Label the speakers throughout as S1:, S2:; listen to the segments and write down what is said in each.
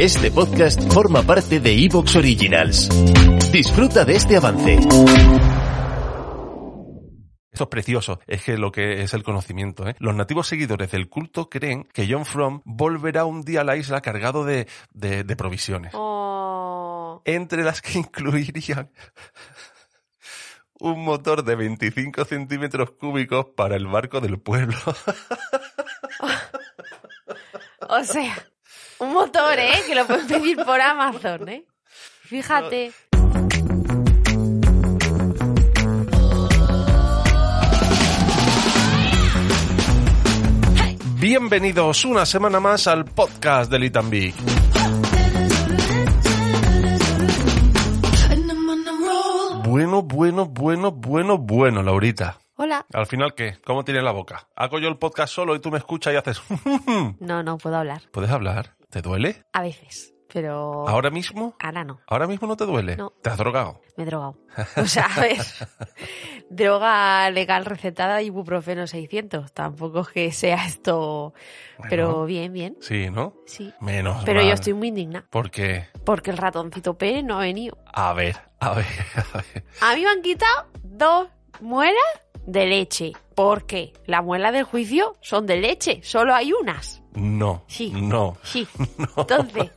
S1: Este podcast forma parte de Evox Originals. Disfruta de este avance.
S2: Esto es precioso, es que lo que es el conocimiento. ¿eh? Los nativos seguidores del culto creen que John Fromm volverá un día a la isla cargado de, de- de provisiones,
S3: Oh.
S2: entre las que incluirían un motor de 25 centímetros cúbicos para el barco del pueblo.
S3: O sea, un motor, ¿eh? Que lo puedes pedir por Amazon, ¿eh? Fíjate.
S2: Bienvenidos una semana más al podcast de Litambic. Bueno, bueno, bueno, bueno, bueno, Laurita.
S3: Hola.
S2: Al final, ¿qué? ¿Cómo tiene la boca? Hago yo el podcast solo y tú me escuchas y haces...
S3: No, no puedo hablar.
S2: ¿Puedes hablar? ¿Te duele?
S3: A veces. Pero.
S2: ¿Ahora mismo?
S3: Ahora no.
S2: ¿Ahora mismo no te duele?
S3: No.
S2: ¿Te has drogado?
S3: Me he drogado. O sea, a ver. Droga legal recetada, ibuprofeno 600. Tampoco es que sea esto. Pero
S2: Bueno,
S3: bien, bien.
S2: Sí, ¿no?
S3: Sí.
S2: Menos
S3: Pero
S2: mal.
S3: yo estoy muy indigna.
S2: ¿Por qué?
S3: Porque el ratoncito Pérez no ha venido.
S2: A ver, a ver, a ver.
S3: A mí me han quitado dos muelas de leche. ¿Por qué? Las muelas del juicio son de leche. Solo hay unas.
S2: No,
S3: Sí.
S2: no.
S3: Sí. Entonces,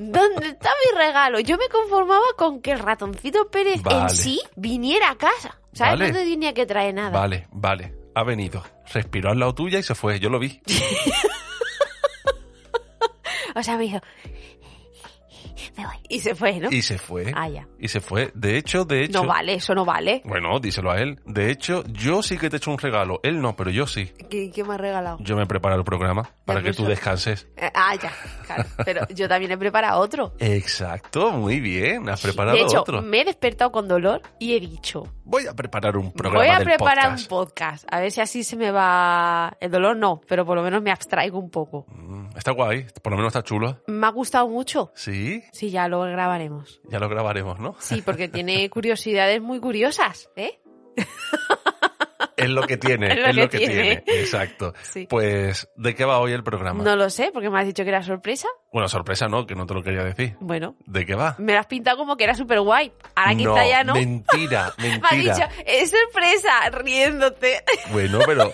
S3: ¿dónde está mi regalo? Yo me conformaba con que el ratoncito Pérez en
S2: Vale.
S3: sí viniera a casa. ¿Sabes?
S2: Vale.
S3: No te tenía que traer nada.
S2: Vale, vale. Ha venido. Respiró al lado tuya y se fue. Yo lo vi.
S3: O sea, me hizo. Me voy. Y se fue, ¿no?
S2: Y se fue.
S3: Ah, ya.
S2: Y se fue. De hecho, de hecho.
S3: No vale, eso no vale.
S2: Bueno, díselo a él. De hecho, yo sí que te he hecho un regalo. Él no, pero yo sí.
S3: ¿Qué, qué me ha regalado?
S2: Yo me he preparado el programa para que
S3: pero
S2: tú
S3: eso-
S2: descanses.
S3: Eh, Ah, ya, claro. Pero yo también he preparado otro.
S2: Exacto, muy bien. Has preparado
S3: de hecho, mm,
S2: otro.
S3: me he despertado con dolor y he dicho,
S2: Voy a preparar un programa.
S3: voy a
S2: del
S3: preparar
S2: podcast.
S3: un podcast. A ver si así se me va el dolor, no, pero por lo menos me abstraigo un poco.
S2: Mm, Está guay. Por lo menos está chulo.
S3: Me ha gustado mucho.
S2: Sí,
S3: Sí, ya lo grabaremos.
S2: ya lo grabaremos, ¿no?
S3: Sí, porque tiene curiosidades muy curiosas, ¿eh?
S2: Es lo que tiene. es lo que tiene. Exacto.
S3: Sí.
S2: Pues, ¿de qué va hoy el programa?
S3: No lo sé, porque me has dicho que era sorpresa.
S2: Bueno, sorpresa no, que no te lo quería decir.
S3: Bueno,
S2: ¿De qué va?
S3: me lo has pintado como que era súper guay. Ahora quizá ya no.
S2: Mentira,
S3: Me has dicho,
S2: mentira.
S3: es sorpresa, riéndote.
S2: bueno, pero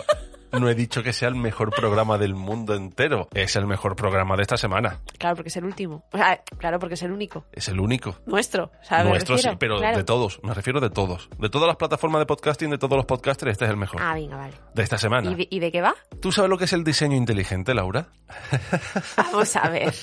S2: no he dicho que sea el mejor programa del mundo entero. Es el mejor programa de esta semana.
S3: Claro, porque es el último. O sea, claro, porque es el único.
S2: Es el único.
S3: Nuestro, o sea, me
S2: Nuestro sí,
S3: refiero,
S2: pero
S3: claro.
S2: de todos. Me refiero de todos. De todas las plataformas de podcasting, de todos los podcasters, este es el mejor.
S3: Ah, venga, vale.
S2: De esta
S3: ¿Y
S2: semana.
S3: de, y de qué va?
S2: ¿Tú sabes lo que es el diseño inteligente, Laura?
S3: Vamos a ver.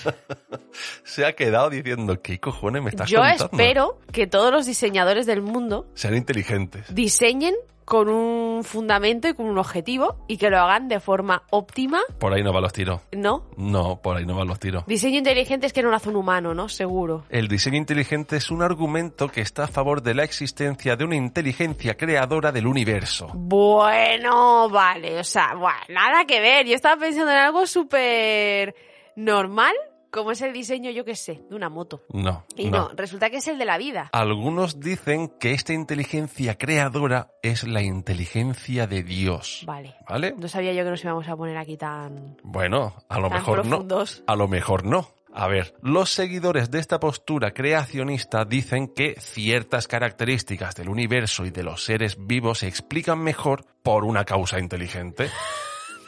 S2: Se ha quedado diciendo, ¿qué cojones me estás
S3: Yo
S2: contando?
S3: espero que todos los diseñadores del mundo
S2: Sean inteligentes.
S3: diseñen con un fundamento y con un objetivo y que lo hagan de forma óptima,
S2: Por ahí no van los tiros.
S3: ¿no?
S2: No, por ahí no van los tiros.
S3: Diseño inteligente es que no lo hace un humano, ¿no? Seguro.
S2: El diseño inteligente es un argumento que está a favor de la existencia de una inteligencia creadora del universo.
S3: Bueno, vale, o sea, buah, nada que ver. Yo estaba pensando en algo súper normal, como es el diseño, yo qué sé, de una moto.
S2: No,
S3: Y no.
S2: no.
S3: resulta que es el de la vida.
S2: Algunos dicen que esta inteligencia creadora es la inteligencia de Dios.
S3: Vale.
S2: ¿Vale?
S3: No sabía yo que nos íbamos a poner aquí tan,
S2: Bueno, a lo
S3: tan
S2: mejor no.
S3: profundos.
S2: A lo mejor no. A ver, los seguidores de esta postura creacionista dicen que ciertas características del universo y de los seres vivos se explican mejor por una causa inteligente.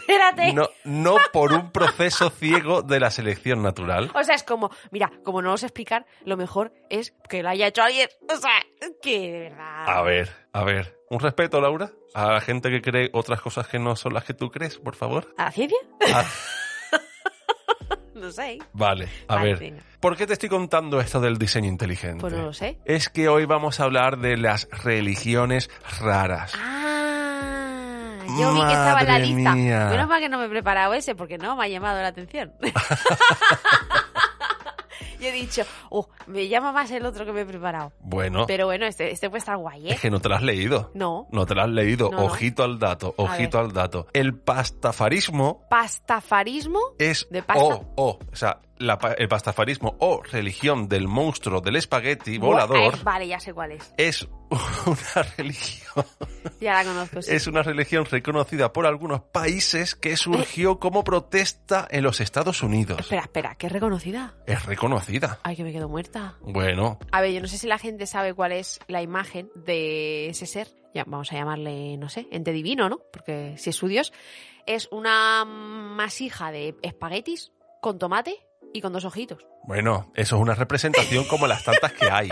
S3: Espérate.
S2: No, no por un proceso ciego de la selección natural.
S3: O sea, es como, mira, como no lo sé explicar, lo mejor es que lo haya hecho alguien. O sea, que de verdad.
S2: A ver, a ver. Un respeto, Laura, a la gente que cree otras cosas que no son las que tú crees, por favor.
S3: ¿A la ciencia?
S2: Ah,
S3: No sé.
S2: vale, a
S3: Vale,
S2: ver.
S3: venga.
S2: ¿Por qué te estoy contando esto del diseño inteligente?
S3: Pues no lo sé.
S2: Es que hoy vamos a hablar de las religiones raras.
S3: Ah, yo vi que estaba en la
S2: Madre
S3: lista.
S2: mía.
S3: Menos mal que no me he preparado ese porque no me ha llamado la atención. Yo he dicho, oh, me llama más el otro que me he preparado.
S2: Bueno,
S3: Pero bueno, este, este puede estar guay,
S2: es
S3: ¿eh?
S2: que no te las has leído.
S3: No.
S2: No te las has leído.
S3: No, no.
S2: Ojito al dato, ojito al dato. El pastafarismo
S3: Pastafarismo
S2: es
S3: ¿De pasta?
S2: O, O. O sea, la pa- el pastafarismo o religión del monstruo del espagueti
S3: Buah,
S2: volador
S3: eh, vale, ya sé cuál es.
S2: es una religión
S3: Ya la conozco. sí.
S2: es una religión reconocida por algunos países que surgió como protesta en los Estados Unidos.
S3: Espera, espera, que es reconocida.
S2: Es reconocida.
S3: Ay, que me quedo muerta.
S2: Bueno,
S3: A ver, yo no sé si la gente sabe cuál es la imagen de ese ser. Ya, vamos a llamarle, no sé, ente divino, ¿no? Porque si es su dios. Es una masija de espaguetis con tomate y con dos ojitos.
S2: bueno, eso es una representación como las tantas que hay,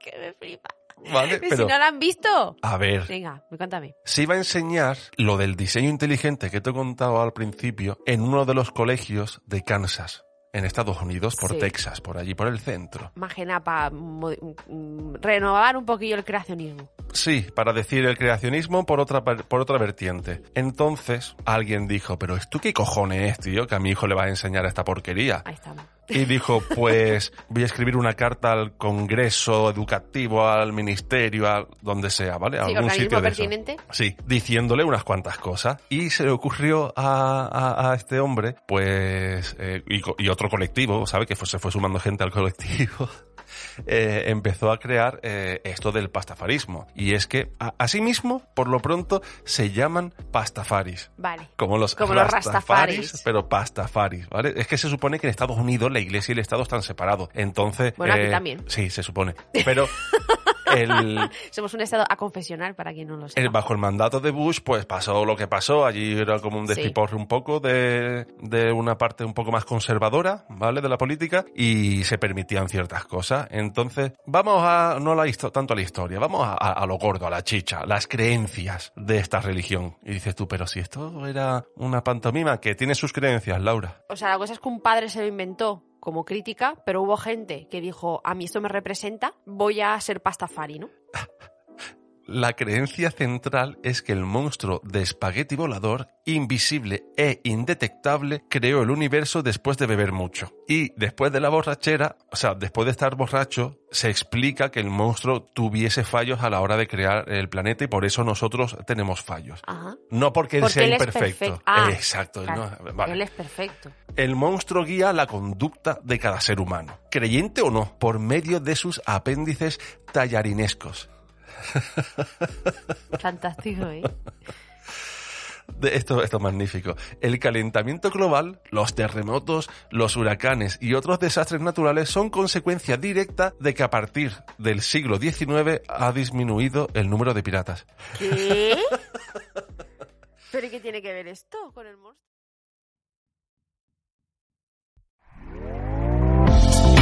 S3: Que me flipa.
S2: ¿vale?
S3: Pero
S2: Pero
S3: si no la han visto.
S2: a ver,
S3: Venga, cuéntame.
S2: se iba a enseñar lo del diseño inteligente que te he contado al principio en uno de los colegios de Kansas, en Estados Unidos, por
S3: Sí.
S2: Texas, por allí, por el centro.
S3: Más que nada para mm, renovar un poquillo el creacionismo.
S2: Sí, para decir el creacionismo por otra, par- por otra vertiente. Entonces, alguien dijo, pero ¿esto qué cojones es, tío? Que a mi hijo le vas a enseñar esta porquería.
S3: Ahí estamos.
S2: Y dijo, pues voy a escribir una carta al Congreso Educativo, al Ministerio, a donde sea, ¿vale? A
S3: Sí,
S2: algún sitio
S3: organismo
S2: de eso.
S3: pertinente.
S2: Sí, diciéndole unas cuantas cosas. Y se le ocurrió a, a- a este hombre, pues, eh, y, co- y otro colectivo, ¿sabe? Que fue- se fue sumando gente al colectivo. eh, empezó a crear eh, esto del pastafarismo. Y es que, a- asimismo, por lo pronto, se llaman pastafaris.
S3: Vale.
S2: Como los,
S3: Como los
S2: rastafaris,
S3: rastafaris.
S2: pero pastafaris, ¿vale? Es que se supone que en Estados Unidos la iglesia y el Estado están separados. Entonces. eh,
S3: Bueno, aquí también.
S2: Sí, se supone. Pero el,
S3: Somos un estado a confesional para quien no lo
S2: el-
S3: sepa.
S2: Eh, bajo el mandato de Bush, pues pasó lo que pasó. Allí era como un
S3: Sí.
S2: despiporre un poco de, de una parte un poco más conservadora, ¿vale? De la política y se permitían ciertas cosas. Entonces, vamos a, no la histo- tanto a la historia, vamos a, a- a lo gordo, a la chicha, las creencias de esta religión. Y dices tú, pero si esto era una pantomima que tiene sus creencias, Laura.
S3: O sea, la cosa es que un padre se lo inventó como crítica, pero hubo gente que dijo, a mí esto me representa, voy a ser pastafari, ¿no?
S2: La creencia central es que el monstruo de espagueti volador, invisible e indetectable, creó el universo después de beber mucho. Y después de la borrachera, o sea, después de estar borracho, se explica que el monstruo tuviese fallos a la hora de crear el planeta y por eso nosotros tenemos fallos.
S3: Ajá.
S2: No porque él
S3: Porque
S2: sea
S3: él es
S2: imperfecto.
S3: perfecto. Ah,
S2: Exacto. él
S3: claro.
S2: no- vale.
S3: Él es perfecto.
S2: El monstruo guía la conducta de cada ser humano, creyente o no, por medio de sus apéndices tallarinescos.
S3: Fantástico, ¿eh?
S2: De- esto, esto es magnífico. El calentamiento global, los terremotos, los huracanes y otros desastres naturales son consecuencia directa de que a partir del siglo XIX ha disminuido el número de piratas.
S3: ¿Qué? ¿Pero y qué tiene que ver esto con el monstruo?